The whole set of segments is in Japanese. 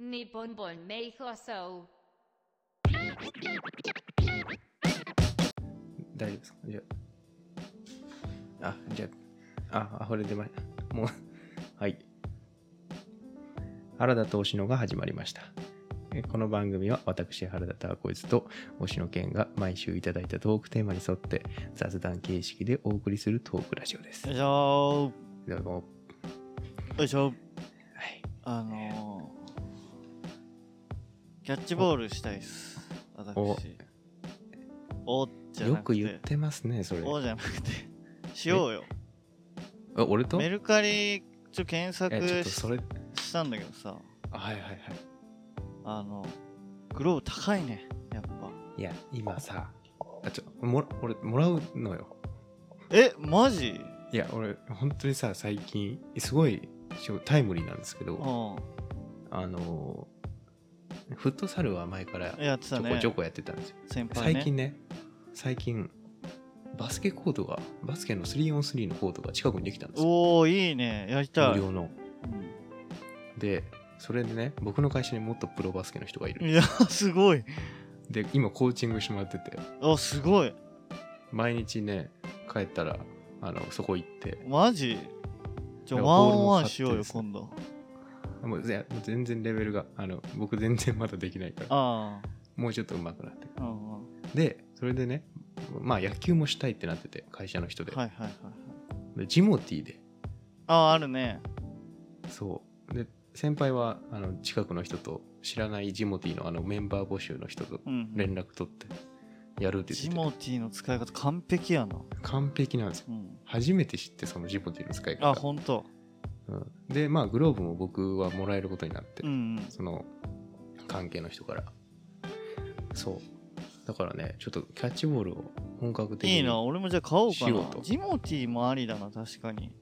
mi bonbon me dijo so. 大丈夫ですかじゃあ。あ、じゃあ、あ、あ、これでまい。もう、 はい。原田と星野が始まりました。えこの番組は私、原田とはこいつと星野健が毎週いただいたトークテーマに沿って雑談形式でお送りするトークラジオですよい。しょどうも。ーよいしょはーい。あのー、キャッチボールしたいっす私おじゃよなくくて言ってますね、それ。おじゃなくてしようよあ俺とメルカリちょっとえ検ちょっ索としそれ。したんだけどさあはいはいはい。あのグローブ高いねやっぱいや、今さ、あ、ちょ、もら俺、もらうのよ。えマジいや、俺、本当にさ、最近、すごい、しょタイムリーなんですけうど、んあのー、フットサルは前からちやってたょこねちょこやってたんですよ。先輩ね最近ね、最近、バスケコートが、バスケの 3on3 のコートが近くにできたんですよ。おおいいねやりた無い、料の。で、それでね、僕の会社にもっとプロバスケの人がいうんる。いやすごいで、今コーチングしてもらってて、あすごい毎日ね、帰ったら、あの、そこ行って、マジじゃだあからワンボールオンもワン買ってしようよですね今度もういやもう全然レベルが、あの、僕全然まだできないから、あもうちょっと上手くなって。あうんうんでそれでねまあ野球もしたいってなってて会社の人で,、はいはいはいはいでジモティーであああるねそうで先輩はあの近くの人と知らないジモティーのあのメンバー募集の人とうん連絡取ってやるってジ言ってモティーの使い方完璧やな、て完璧なんですようん、初めて知ってそのジモティーの使い方あほんとうん、でまあグローブも僕はもらえることになって、うんその関係の人からそうだからねちょっとキャッチボールを本格うん的にいい な俺もじゃあ買おうかしようなとジモティーもありだな確かに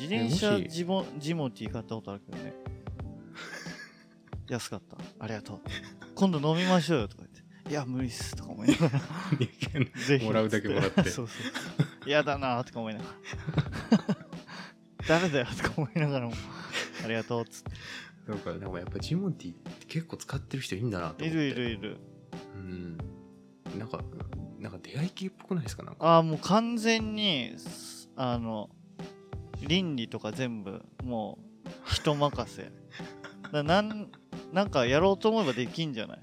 自転車ねもしジモジモティー買ったことあるけどね 安かったありがとう今度飲みましょうよとか言っていや無理っすとか思いながらぜひもらうだけもらって そうそう嫌だなとか思いながら 誰だよとか思いながらもありがとうっつってだからでもやっぱジモティって結構使ってる人いるんだなとい思ってるいるいるうんなんかなんか出会い系っぽくないですかなんかああもう完全にすあの倫理とか全部もう人任せだなんなんかやろうと思えばできんじゃない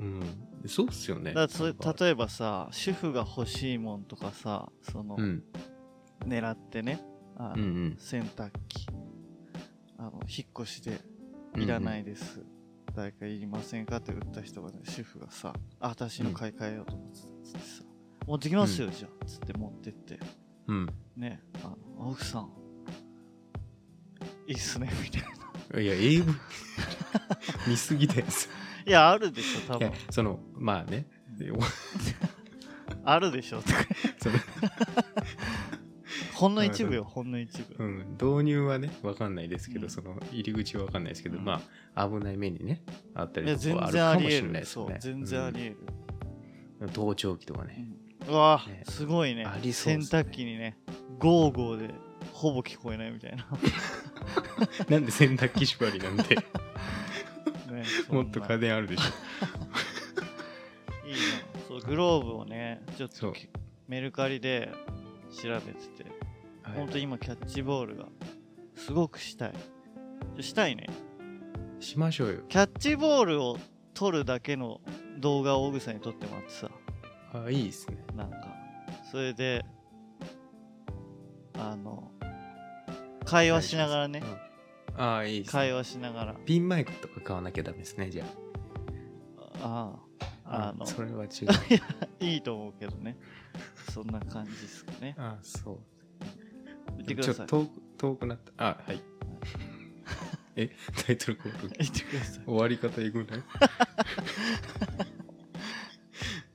うんそうっすよねだからそれなんか例えばさ主婦が欲しいもんとかさその、うん狙ってねあの、うんうん洗濯機あの引っ越しでいらないいです、誰かいりませんかって売った人がね主婦がさあ私の買い替えようと思ってたっつってさ、持ってきますよ、じゃあつって持ってってうん、ねあの奥さんいいっすねみたいなうんいや AV 見すぎてすいやあるでし ょ多いや分そのまあね でおあるでしょとかその、ほんの一部よほんの一部うん、導入はねわかんないですけど、うんその入り口はわかんないですけど、うんまあ危ない目にねあったいやりとか全はある然あかりもしえれないるですそよねう全然ありえる、うん盗聴器とかね、うんうわねすごいねありそうっ洗すね濯機にねゴーゴーでほぼ聞こえないみたいな、 なんで洗濯機縛りなんでね、そんなもっと家電あるでしょいいなそうグローブをねちょっそとうきメルカリで調べててはいほんと今キャッチボールがすごくしたいちょしたいねしましょうよ。キャッチボールを撮るだけの動画を大口さんに撮ってもらってさあいいですね。なんかそれであの会話しながらねうん。ああ、いいです、会ね。話しながらピンマイクとか買わなきゃダメですね、じゃあ。あああのそれは違う。 あいいと思うけどねそんな感じですかねあそう。言ってくだちさょっとい遠く遠くなった。あ はい。え、タイトルコール言ってください終わり方えぐない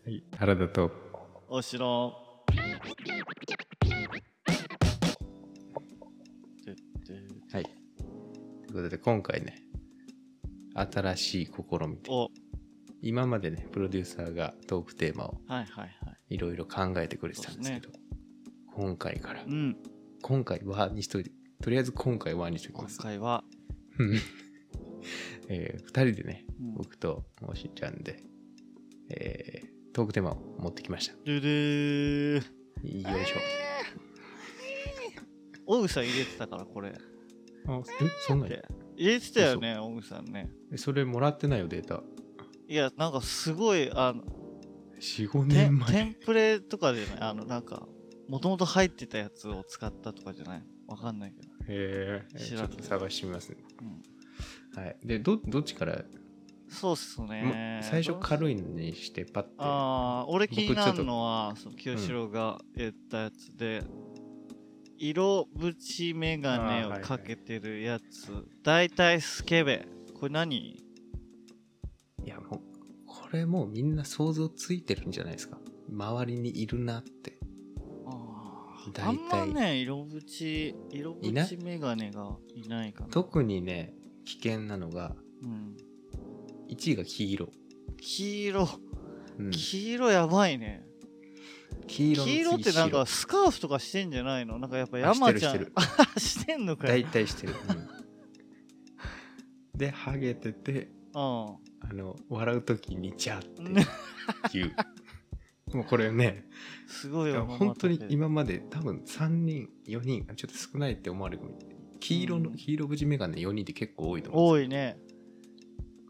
はい。原田と。お城はい。ということで、今回ね、新しい試みで、お今までね、プロデューサーがトークテーマをはいはいはいいろいろ考えてくれてたんですけど、今回からう、ん今回はにしといてとりあえず今回はにしとき今ます回はうんえ2人でね、うん僕とおしんちゃんで、えートークテーマを持ってきました。よででーいしょ。オグさん入れてたからこれあえそんなんで入れてたよねオグさんねえそれもらってないよ、データ。いやなんかすごいあの4、5テ年ン前。テンプレとかでねあのなんかもともと入ってたやつを使ったとかじゃないわかんないけど、えー、知ちょらっんと探してみますね。うん、はい。で、どどっちから、そうっすねも最初軽いいのにして、パッて。ああ俺気に僕なちょるっとのはその清志郎が言ったやつで、色縁眼鏡をかけてるやつ、大体スケベこれ何いや、もう、これもうみんな想像ついてるんじゃないですか。周りにいるなって。あーあ大ん体まね色縁色いない縁眼鏡がいないかな特にね、危険なのが、うん、 1位が黄色。黄色うん、黄色やばいね、黄色の黄次色ってなん白かスカーフとかしてんじゃないのなんかやっぱあして山るちゃんしてる あしてんのか大よ、体してる、うんでハゲててうあの笑う時に「じゃ」ってん、ね 言うもうこれねすごいよ本当に今まで多分3人4人ちょっと少ないって思われるかも黄色の、うん黄色縁眼鏡4人って結構多いと思う多んでいね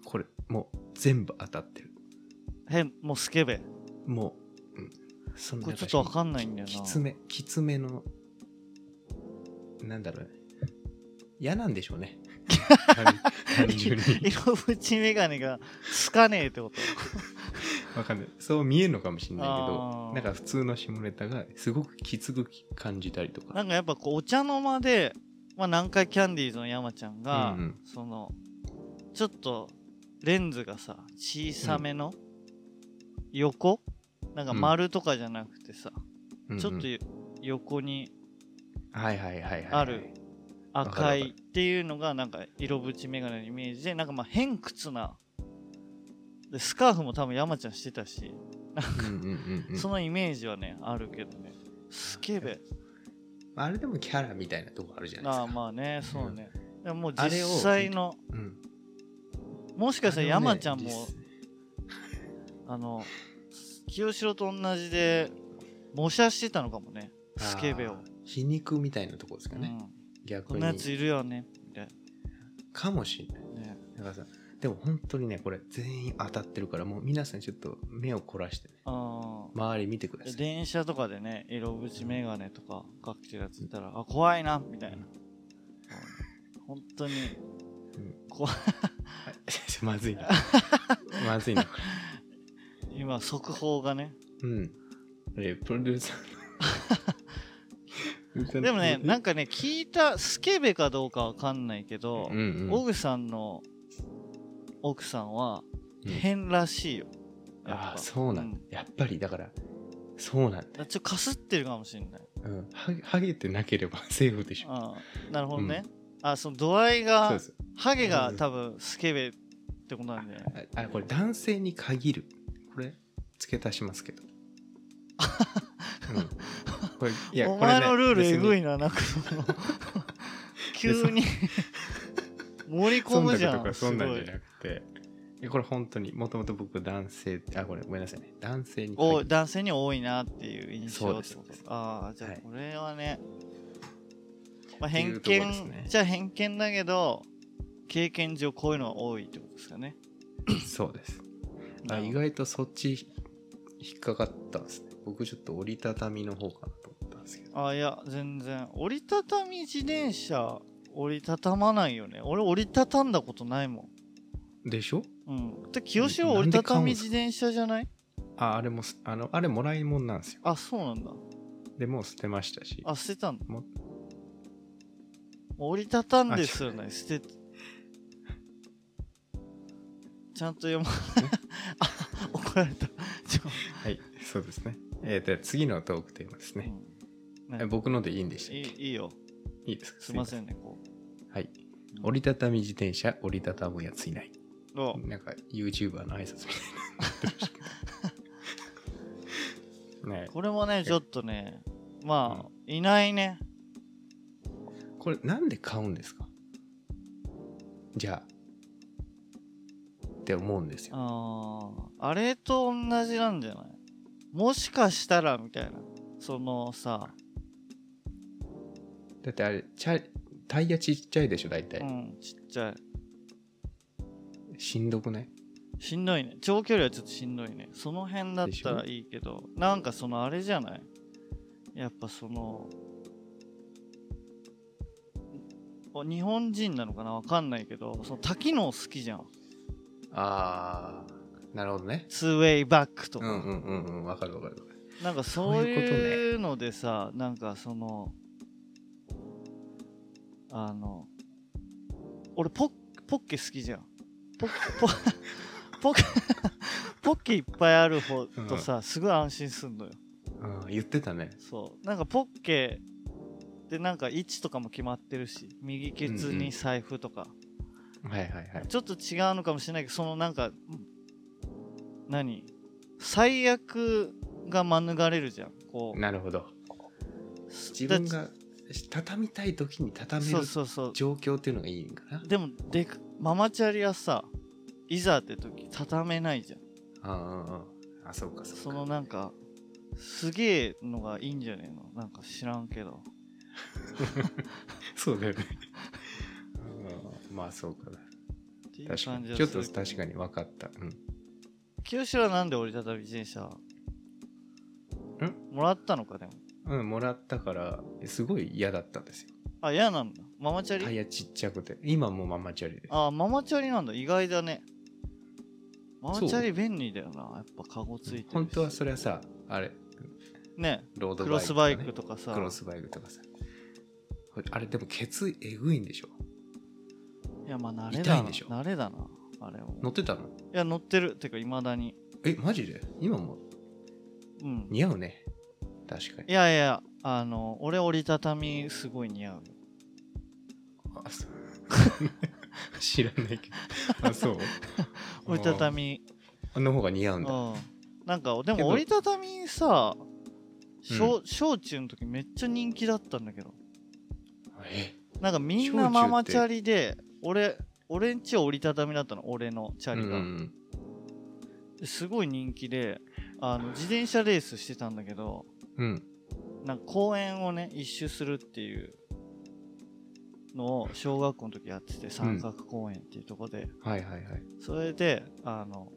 すこれもう全部当たってる変もうスケベもう、うん、そのこれちょっとわかんないんだよなきつめきつめのなんだろうね嫌なんでしょうね 単単純に色縁眼鏡がつかねえってことわかんないそう見えるのかもしれないけあどーなんか普通の下ネタがすごくきつく感じたりとかなんかやっぱこうお茶の間で、まあ、南海キャンディーズの山ちゃんが、うんうんそのちょっとレンズがさ小さめの横、なんか丸とかじゃなくてさ、うんうんちょっとよ横にはいはいはいはいはいあるわか赤るわいかっていうのがなんか色縁眼鏡のイメージでなんかまあ偏屈なでスカーフも多分山ちゃんしてたし、うんうんうんうんそのイメージはねあるけどねスケベあれでもキャラみたいなとこあるじゃないですあかあまあねそうね、でももうあ実れを際のうんもしかしたらあれをね山ちゃんも実あの清志郎と同じで模写してたのかもねスケベをあ、ー皮肉みたいなとこですかね、うんこ逆んなやつにいるよねみたいかもしれないなねだからさでも本当にねこれ全員当たってるからもう皆さんちょっと目を凝らしてねあー周り見てください電車とかでね色縁眼鏡とかかけてるやついたらあ怖いなみたいな、本当にうん怖い まずい なまずいな今速報がねうん。え、プロデューサーの。 でも ねなんか、かね聞いたスケベかどうかわかんないけどう、んオグさんの奥さんはうん変らしいよ、やっぱああ、そうなんだん。やっぱり、だから、そうなんだ。ちょっとかすってるかもしれないうん。ハゲハゲてなければセーフでしょ。ああなるほどね、あその度合いがそうです。ハゲがうん多分スケベってことなんじゃないあ、あこれ男性に限る。これ、付け足します けど。うんこれ、いお前のルールえぐいな。ななんかその 急に盛り込別にむじ忖度ゃとんかすそんなごんじゃいなくて。いやこれ本当に、もともと僕男性、あ、これごめんなさいね。男性にお限る。男性に多いなっていう印象そうっでてすことああじゃあはいこれはね、まあ、ってい偏うとこ見、ですねじゃあ偏見だけど経験上こういうのは多いってことですかねそうです。なあるほ意ど外とそっち引っかかったんですね。僕ちょっと折りたたみの方かなと思ったんですけど。あいや全然折りたたみ自転車折りたたまないよね俺折りたたんだことないもんでしょうん。で、清志郎折りたたみ自転車じゃないああれもすあの、あれもらいもんなんですよ。あ、そうなんだ。でもう捨てましたし。あ、捨てたんだ。も折りたたんですよね、捨てて。ちゃんと読まあ、 怒られた。ちょはい、そうですね。えー、で次のトークテーマですね。うんえ僕のでいいんでしたっいけいいいよ。いいですかすいません。んね、こはい。う。折りりたたみ自転車、折りたたむやついない。どうなんか YouTuber の挨拶み たいな。ねこれもね、ちょっとね、まあ、いないね。これなんで買うんですかじゃあって思うんですよ。あああれと同じなんじゃないもしかしたらみたいなそのさ、だってあれチャリタイヤちっちゃいでしょ大体、うんちっちゃいしんどくないしんどいね長距離はちょっとしんどいねその辺だったらいいけどなんかそのあれじゃないやっぱそのお日本人なのかなわかんないけどその多機能好きじゃんああなるほどね。ツーウェイバックとうか、んうんうんうんわかるわかるわかる。なんかそうそういいうのでさなんかそのあの俺ポッポッケ好きじゃんポッポ ポッケポッケいっぱいある方とさ、すごい安心すんのようん、言ってたね。そうなんかポッケでなんか位置とかも決まってるし右ケツうんうんに財布とか、はいはいはい。ちょっと違うのかもしれないけどそのなんか何最悪が免れるじゃんこうなるほど。自分が畳みたい時に畳めそうるそうそう状況っていうのがいいんかな。でもでかママチャリはさいざって時畳めないじゃんあああああそうかそうか。そのなんかすげえのがいいんじゃねえのなんか知らんけどそうだよね。うんまあそうかな。っていう確か感じにはちょっすとる確かに分かった。うん。清志はなんで折りたたみ自転車んもらったのかでもうん、もらったから、すごい嫌だったんですよ。あ嫌なんだママチャタリ、イヤちっちゃくて。今もうママチャリです。あママチャリなんだ意外だねママチャそリ便利だよなやっぱカゴついてるし本当はそれはさ、あれ、ねロードクバロイクとスかね、バイクとかさクロスバイクとかさ。これあれでもケツえぐいんでしょいやまあ慣れ痛いだんなでしょ慣れだなあれも乗ってたのいや乗ってるてかいまだにえ、マジで今もうん似合うね。確かいに。やいや、あの、俺折りたたみすごい似合うよ。あそう知らないけ ど。あ、そう折りたた。み、あの方が似合ううんだ。ん。なんか、けでもど折りたたみさ、小小中の時めっちゃ人気だったんだけど。えなんかみん小中なってママチャリで、俺、俺んちは折りたたみだったの、俺のチャうんリうんうが。んですごい人気で、あの、自転車レースしてたんだけど、うん。なんか公園をね、一周するっていうのを小学校の時やってて、三角公園っていうとこで。はいはいはい。それであの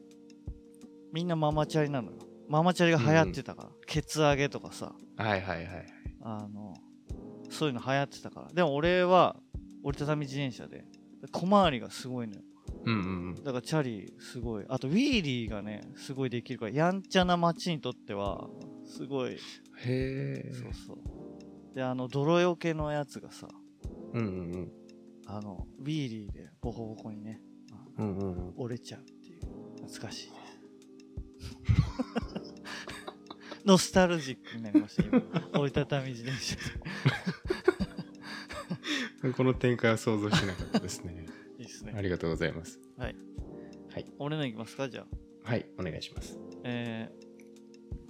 みんなママチャリなのよママチャリが流行ってたから、ケツ上げとかさはいはいはい。あのそういうの流行ってたからでも俺は折りたたみ自転車で小回りがすごいのようんうんだからチャリすごいあとウィーリーがねすごいできるからやんちゃな街にとってはすごいうん。へえ。そうそうであの泥よけのやつがさうんうんあのウィーリーでボコボコにねうん。うんうんうん。折れちゃうっていう懐かしいですノスタルジックになりました今折りたたみ自転車この展開は想像しなかったですね。いいで すあねりがとうございます。俺のいきますかじゃあはい、お願いします。え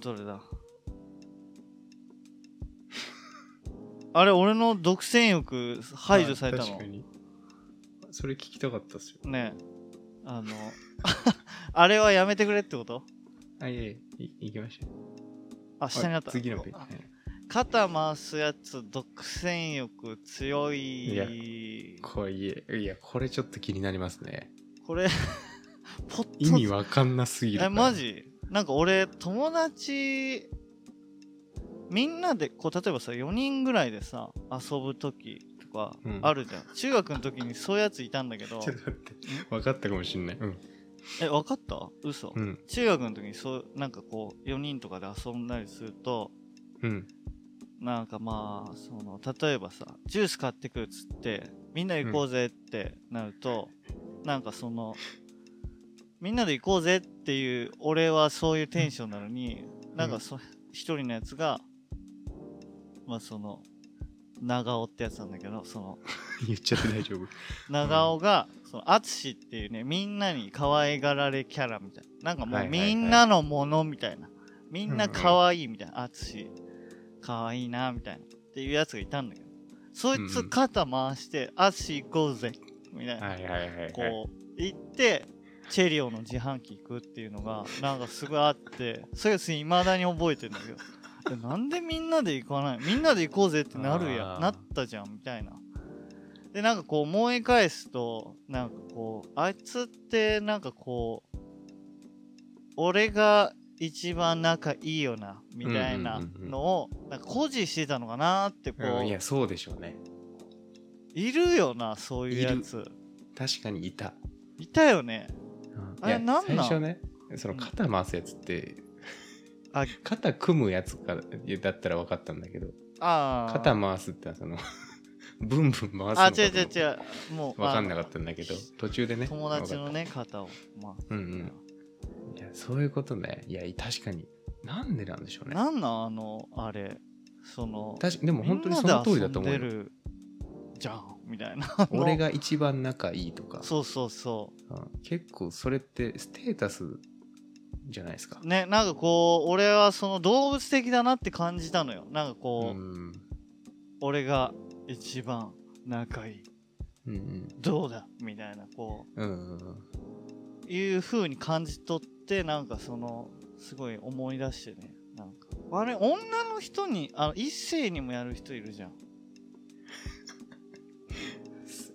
ー、どれだあれ俺の独占欲排除されたあ確のかに。それ聞きたかったっすよ。ねえあの あれはやめてくれってことあ、いえいえ、い行きましょう。あ下にあった次のページ。肩回すやつ独占欲強いいやこれ、いえ、いや、これちょっと気になりますね。これポッと意味わかんなすぎる。えマジなんか俺友達みんなでこう例えばさ4人ぐらいでさ遊ぶ時とかうんあるじゃん、中学の時にそういうやついたんだけどちょっと待って。分かったかもしんない。うん。え分かった嘘、うん。中学の時にそうなんかこう4人とかで遊んだりするとうん。なんかまあその例えばさジュース買ってくるっつってみんなで行こうぜってなると、なんかそのみんなで行こうぜっていう俺はそういうテンションなのに、なんかそ一人のやつがまあその長尾ってやつなんだけどその言っちゃって大丈 夫。長尾がその淳っていうねみんなに可愛がられキャラみたいななんかもはいうはいはいみんなのものみたいな、みんうなんうん可愛いみたいな淳可愛いなみたいなっていうやつがいたんだけどそいつ肩回して淳行こうぜみたいな、はいはいはいはい。こう行ってチェリオの自販機行くっていうのがなんかすごいあって それがいまだに覚えてるんだけどでなんでみんなで行かないみんなで行こうぜってなるやあーんなったじゃんみたいなでなんかこう思い返すとなんかこうあいつってなんかこう俺が一番仲いいよなみたいなのをなんか誇示してたのかなってこうん、いうやそうでしょうねいるよなそういうやつ確かにいた、いたよねうんあれいやなんな最ん初ねその肩回すやつって、あ肩組むやつからだったら分かったんだけどああ肩回すってのはその ブンブン回すのあかと違う思っ違うて違うもう分かんなかったんだけど途中であね友達の分かね肩をまあったうんうんいやそういうことねいや確かになんでなんでしょうねなんなんあのあれその確かでも本当にその通りだと思うみんなでよ遊んでるじゃんみたいな 俺が一番仲いいとかそうそうそうん結構それってステータスじゃないですかうねなんかこう俺はその動物的だなって感じたのよなんかうこう、ん俺が一番仲いいうんうんどうだみたいなこうんうんうんういう風に感じ取ってなんかそのすごい思い出してねなんかあれ女の人にあの一性にもやる人いるじゃん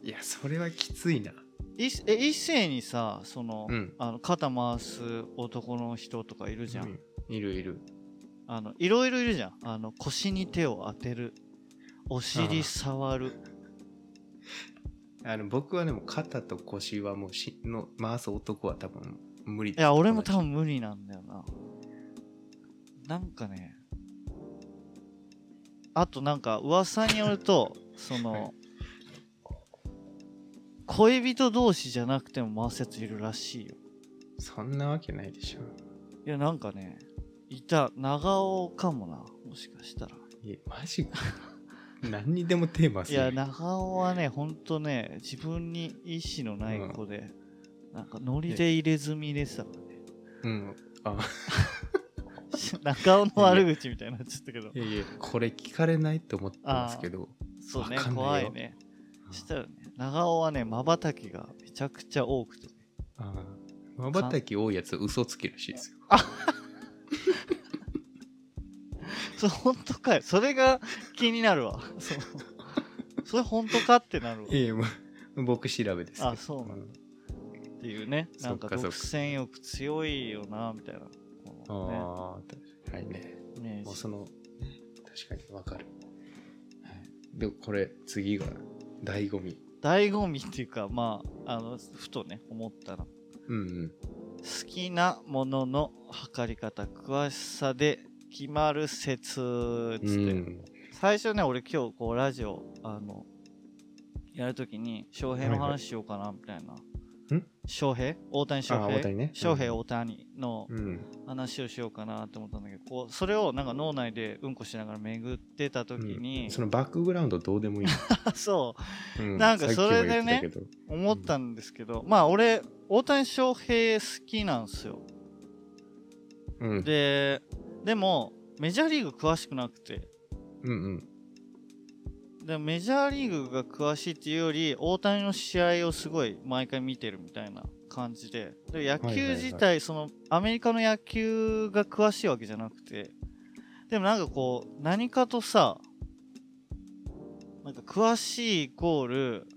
いやそれはきついな一え一斉にさその,、うんあの肩回す男の人とかいるじゃん、うんいるいるあのいろいろいるじゃんあの腰に手を当てるお尻触るあの僕はでも肩と腰はもうしの回す男は多分無理いや俺も多分無理なんだよななんかねあとなんか噂によるとその、はい恋人同士じゃなくても回すやついるらしいよそんなわけないでしょいやなんかねいた長尾かもなもしかしたらいやマジか 何にでもテーマすいるや長尾はねほんとね自分に意志のない子で、なんかノリで入れ墨入れてたからね うんあ中尾の悪口みたいになっちゃったけどいやいやこれ聞かれないと思ったんですけどそうねわかんないよ怖いねしたらね長尾はねまばたきがめちゃくちゃ多くてまばたき多いやつ嘘つきらしいですよそれほんとかよそれが気になるわそのそれほんとかってなるわいやいやもう僕調べですけどあそうなんだんっていうねそっかなんか独占欲強いよなみたいなこああ、はいねのねイもメーうジその、ね確かにわかる、はい、でこれ次が醍醐味醍醐味っていうかまああのふとね思ったらうんうん好きなものの測り方詳しさで決まる説っつって、うん最初ね俺今日こうラジオあのやるときに翔平の話しようかなみたいな、ん翔平大谷翔あ平大谷ね翔平うん大谷のうん話をしようかなって思ったんだけどこうそれをなんか脳内でうんこしながら巡ってた時に、そのバックグラウンドどうでもいい、 そうう なんかそれでさねっきも言ってたけど思ったんですけど、まあ俺大谷翔平好きなんですようん、ででもメジャーリーグ詳しくなくてうんうんでメジャーリーグが詳しいっていうより大谷の試合をすごい毎回見てるみたいな感じでで野はいはいは球い自体、そのアメリカの野球が詳しいわけじゃなくてでもなんかこう何かとさなんか詳しいイコール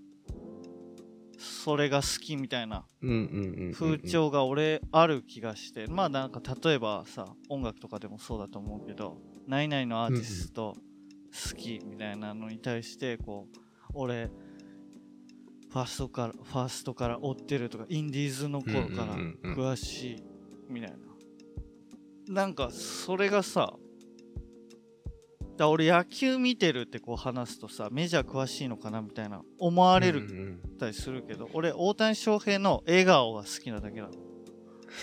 それが好きみたいなうんうんうんうん風潮が俺ある気がして、まあなんか例えばさ音楽とかでもそうだと思うけど何々のアーティスト好きみたいなのに対してこう俺ファーストからファーストから追ってるとかインディーズの頃からうんうんうん詳しいみたいな、なんかそれがさだ俺野球見てるってこう話すとさメジャー詳しいのかなみたいな思われるうんうんったりするけど俺大谷翔平の笑顔が好きなだけなの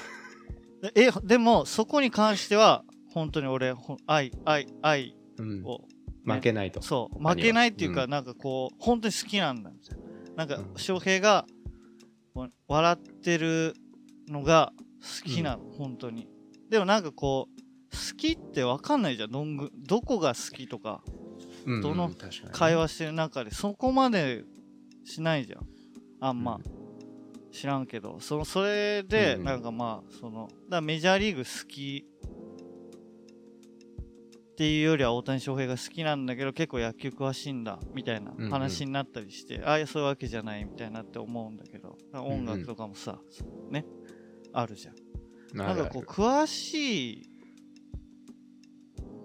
でえでもそこに関しては本当に俺ほん愛愛愛うんを負けないとそう他には負けないっていうか、うんなんかこう本当に好きなんだみたいななんかうん翔平がこう笑ってるのが好きなの、本当にでもなんかこう好きって分かんないじゃんどんぐどこが好きとかうんうんどの確かにね会話してる中でそこまでしないじゃんあんま、うん知らんけどそのそれでうんなんかまあそのだからメジャーリーグ好きっていうよりは大谷翔平が好きなんだけど結構野球詳しいんだみたいなうんうん話になったりして、ああいやそういうわけじゃないみたいなって思うんだけどだから音楽とかもさ、ねあるじゃんななんるかこう詳しい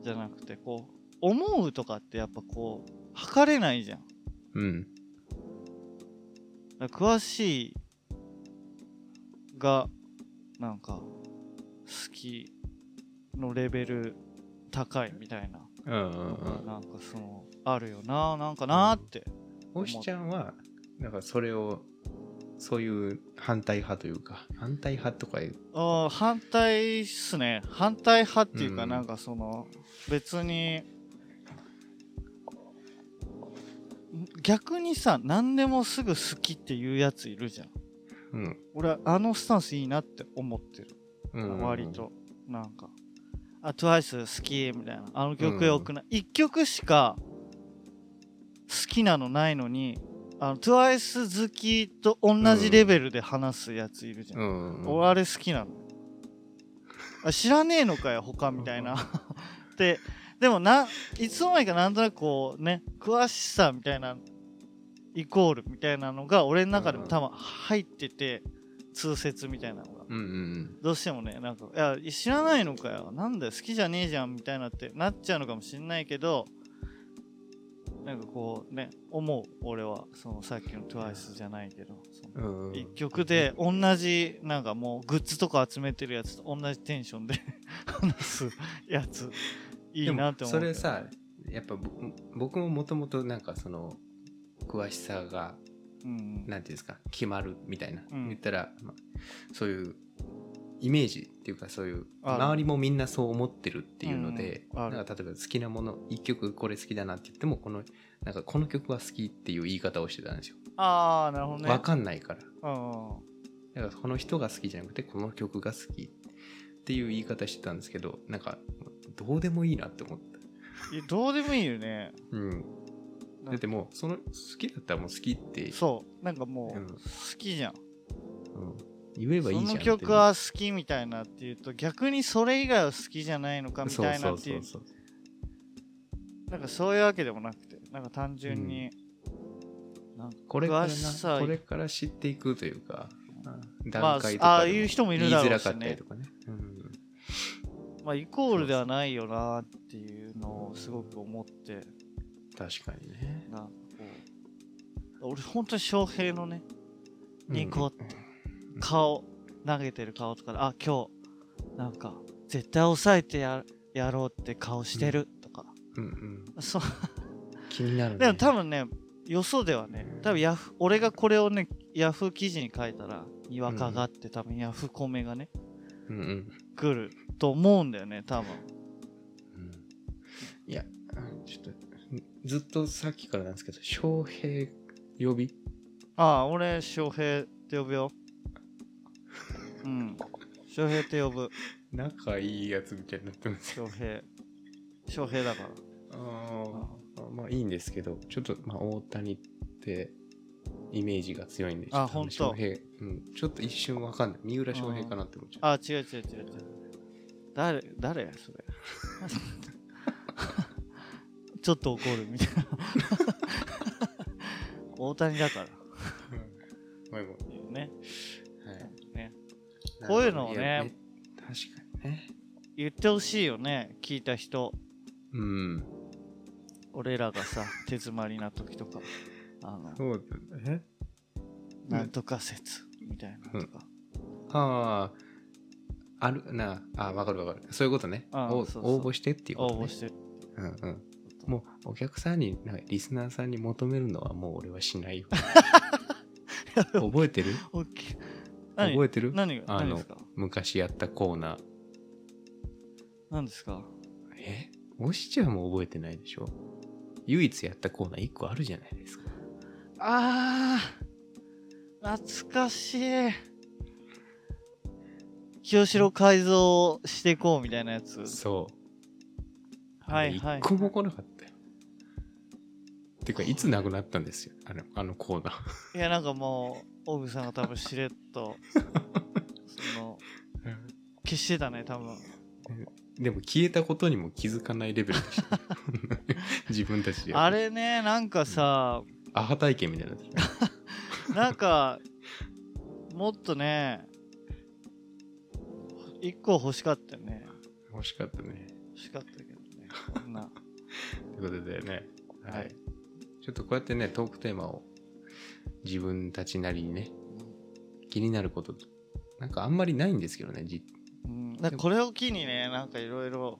じゃなくてこう思うとかってやっぱこう測れないじゃんうん。だから詳しいがなんか好きのレベル高いみたいなうんうんのうがん。なんかそのあるよななんかなーって星ちゃんは、なんかそれを、そういう反対派というか、反対派とかいう。あー反対っすね反対派っていううかんなんかその別にん逆にさ何でもすぐ好きっていうやついるじゃんうん。俺はあのスタンスいいなって思ってるうん、割。となんか「あ TWICE 好き」みたいなあの曲よくない、一1曲しか好きなのないのにあの TWICE 好きと同じレベルで話すやついるじゃん、うん。俺あれ好きなのあ知らねえのかよ他みた いなででもないつの間にかなんとなくこうね詳しさみたいなイコールみたいなのが俺の中でも多分入ってて通説みたいなのがうんうんどうしてもねなんかいや知らないのかよなんだよ好きじゃねえじゃんみたいなってなっちゃうのかもしんないけどなんかこうね思う俺はそのさっきの TWICE じゃないけどそのうん。うん。一曲で同じなんかもうグッズとか集めてるやつと同じテンションで 話すやついいなって思うでもそれさ、やっぱぼ僕ももともとなんかその、詳しさが、うんなんていうんですか、決まるみたいな。うん言ったら、まあそういう、イメージっていうかそういうある周りもみんなそう思ってるっていうので、うんあるなんか例えば好きなもの一曲これ好きだなって言ってもこのなんかこの曲は好きっていう言い方をしてたんですよ。ああなるほどねわかんないからうんだからこの人が好きじゃなくてこの曲が好きっていう言い方してたんですけどなんかどうでもいいなって思った、いやどうでもいいよねうん、だってもうその好きだったらもう好きって、そうなんかもうんう好きじゃんうん言えばいいじゃんそのって曲は好きみたいなっていうと逆にそれ以外は好きじゃないのかみそうたいそなうっていそううそうなんかそういうわけでもなくてなんか単純に、なんかこれから詳しさなこれから知っていくというかうんまあ段階とかああいう人もいるだろうしね言いづらかったりとかね、うんまあ、イコールではないよなっていうのをすごく思って確かにねなんかこう俺本当に翔平のねニコってうん顔投げてる顔とかであ今日なんか絶対抑えてややろうって顔してるとか、うんうん、そう気になる、ね、でも多分ねよそではね多分ヤフ俺がこれをねヤフー記事に書いたらにわかがあって多分ヤフコメがねうんうん来ると思うんだよね多分うんいや、うんちょっと、ずっとさっきからなんですけど、翔平呼びああ、俺、翔平って呼ぶよ。うん。翔平って呼ぶ。仲いいやつみたいになってますよ。翔平。翔平だから。あーまあいいんですけど、ちょっと、まあ、大谷ってイメージが強いんで、ちょっあとほんと翔平、うん、ちょっと一瞬わかんない。三浦翔平かなって思っちゃう。ああ、違う違う違う違う。誰、誰それ。 ちょっと怒るみたいな。 大谷だから。ごめんごめね。んはいねなるほどこういうのをねや確かにね。言ってほしいよね、聞いた人。うん。俺らがさ、手詰まりな時とか。あの、そうだね。なんとか説みたいなとか。ああ、あるな、あわかるわかる。そういうことね。あーおそうそう応募してっていうこと、ね。応募してるうんうん。もう、お客さんに、なんかリスナーさんに求めるのはもう俺はし ないよ。覚えてるおっきい何覚えてる何があの何ですか昔やったコーナー。何ですかえおしちゃんも覚えてないでしょ唯一やったコーナー1個あるじゃないですか。あー懐かしい清志郎改造していこうみたいなやつそう。はいはい1個も来なかったよ。てか、いつなくなったんですよ。あの、あのコーナー。いや、なんかもう、オグさんが多分しれっと、その、消してたね、多分。でも消えたことにも気づかないレベルで した、ね。自分たちで。あれね、なんかさ、アハ体験みたいになってきた。なんか、もっとね、一個欲しかったよね。惜しかったね。欲しかったけどね。こんな。ということでね。はい。はいちょっとこうやってね、トークテーマを自分たちなりにね、気になること、なんかあんまりないんですけどね、じうん、なんかこれを機にね、なんかいろいろ、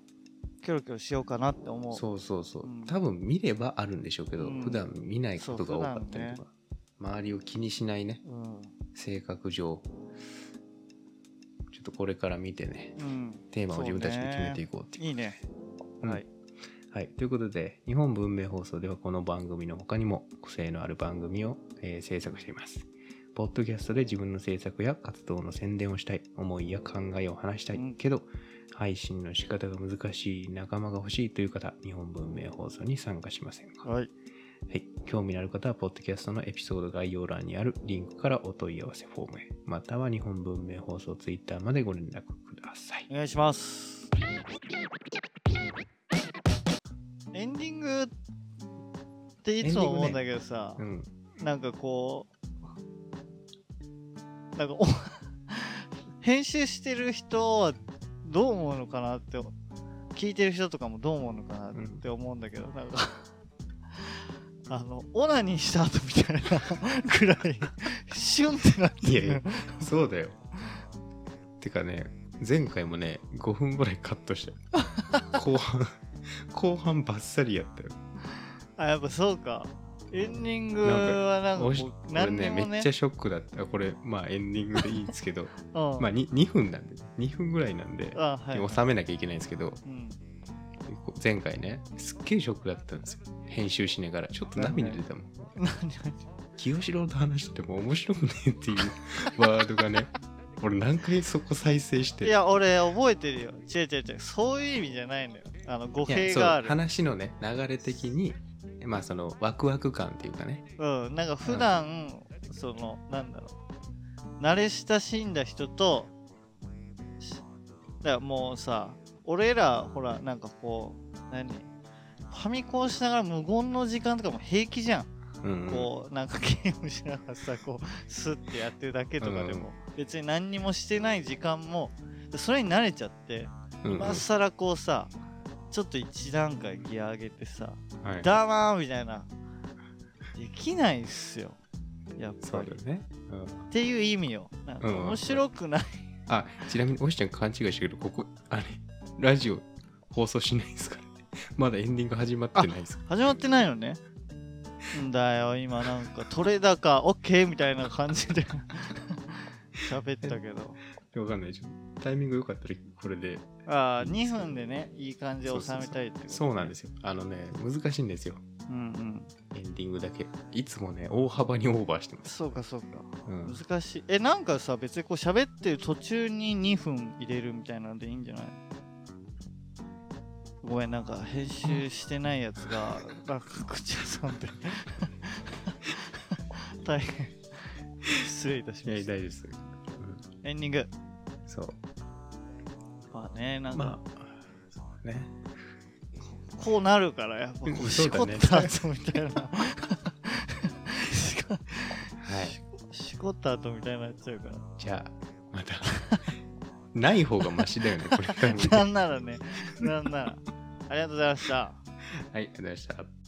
キョロキョロしようかなって思う。そうそうそう、うん多分見ればあるんでしょうけど、うん普段見ないことが多かったりとか、周りを気にしないねうん。性格上ちょっとこれから見てねうん。テーマを自分たちで決めていく。こうっていういいね。うんはい。はい、ということで日本文明放送ではこの番組の他にも個性のある番組を、えー制作していますポッドキャストで自分の制作や活動の宣伝をしたい思いや考えを話したいうんけど、配信の仕方が難しい仲間が欲しいという方日本文明放送に参加しませんか、はい。はい、興味のある方は、ポッドキャストのエピソード概要欄にあるリンクからお問い合わせフォームへ、または日本文明放送ツイッターまでご連絡くださいお。願いします。エンディングっていつも思うんだけどさ、うん。なんかこう、なんかお 編集してる人はどう思うのかなって、聞いてる人とかもどう思うのかなって思うんだけど、なんか。 あのオナニーした後みたいなぐらいシュンってなってるいやいやそうだよ。てかね、前回もね、5分ぐらいカットしたよ。後半、後半ばっさりやったよ。あやっぱそうかエンディングはなんかおしもう俺何でね、もめねっちゃショックだった。これ、まあエンディングでいいんですけ ど、うんまあ 2, 2分なんで、2分ぐらいなんで、あはい、収めなきゃいけないんですけど、うん、前回ねすっげえショックだったんですよ編集しながらちょっと涙出たもん何 清志郎と話してても面白くねえっていうワードがね俺何回そこ再生していや俺覚えてるよ違う違う違うそういう意味じゃないのよあの語いや弊そうがある話のね流れ的にまあそのワクワク感っていうかねうんなんか普段、そのなんだろう慣れ親しんだ人としだからもうさ俺らほらなんかこう何ファミコンしながら無言の時間とかも平気じゃんうんうんこうなんかゲームしながらさこうスッてやってるだけとかでも別に何にもしてない時間もそれに慣れちゃってうんうん今更こうさちょっと一段階ギア上げてさは「いだまー」みたいなできないっすよやっそぱうりっだね、うん、ていう意味よなんかうんうん面白くないあちなみにおしちゃん勘違いしてるけどここあれラジオ放送しないですから、ね、 まだエンディング始まってないです始まってないのねんだよ今なんか取れ高 OK みたいな感じで 喋ったけどわかんないでしょタイミング良かったらこれでああ2分でねいい感じで収めたいってことそうなんですすよあのね難しいんですようんうんエンディングだけいつもね大幅にオーバーしてます、そうかそうかうん、難しいえなんかさ別にこう喋ってる途中に2分入れるみたいなんでいいんじゃないごめんなんか編集してないやつが なんか口挟んで 大変失礼いたしいまや大し丈た夫です、エンディングうん、そうまあねなんか、まあねこうなるからやっぱこうんうそしうこだっねた後みたいな しこはいしこった後みたいになっちゃうからじゃあまた ない方がマシだよね これからもねなんならね、なんなら。ありがとうございました。はいありがとうございました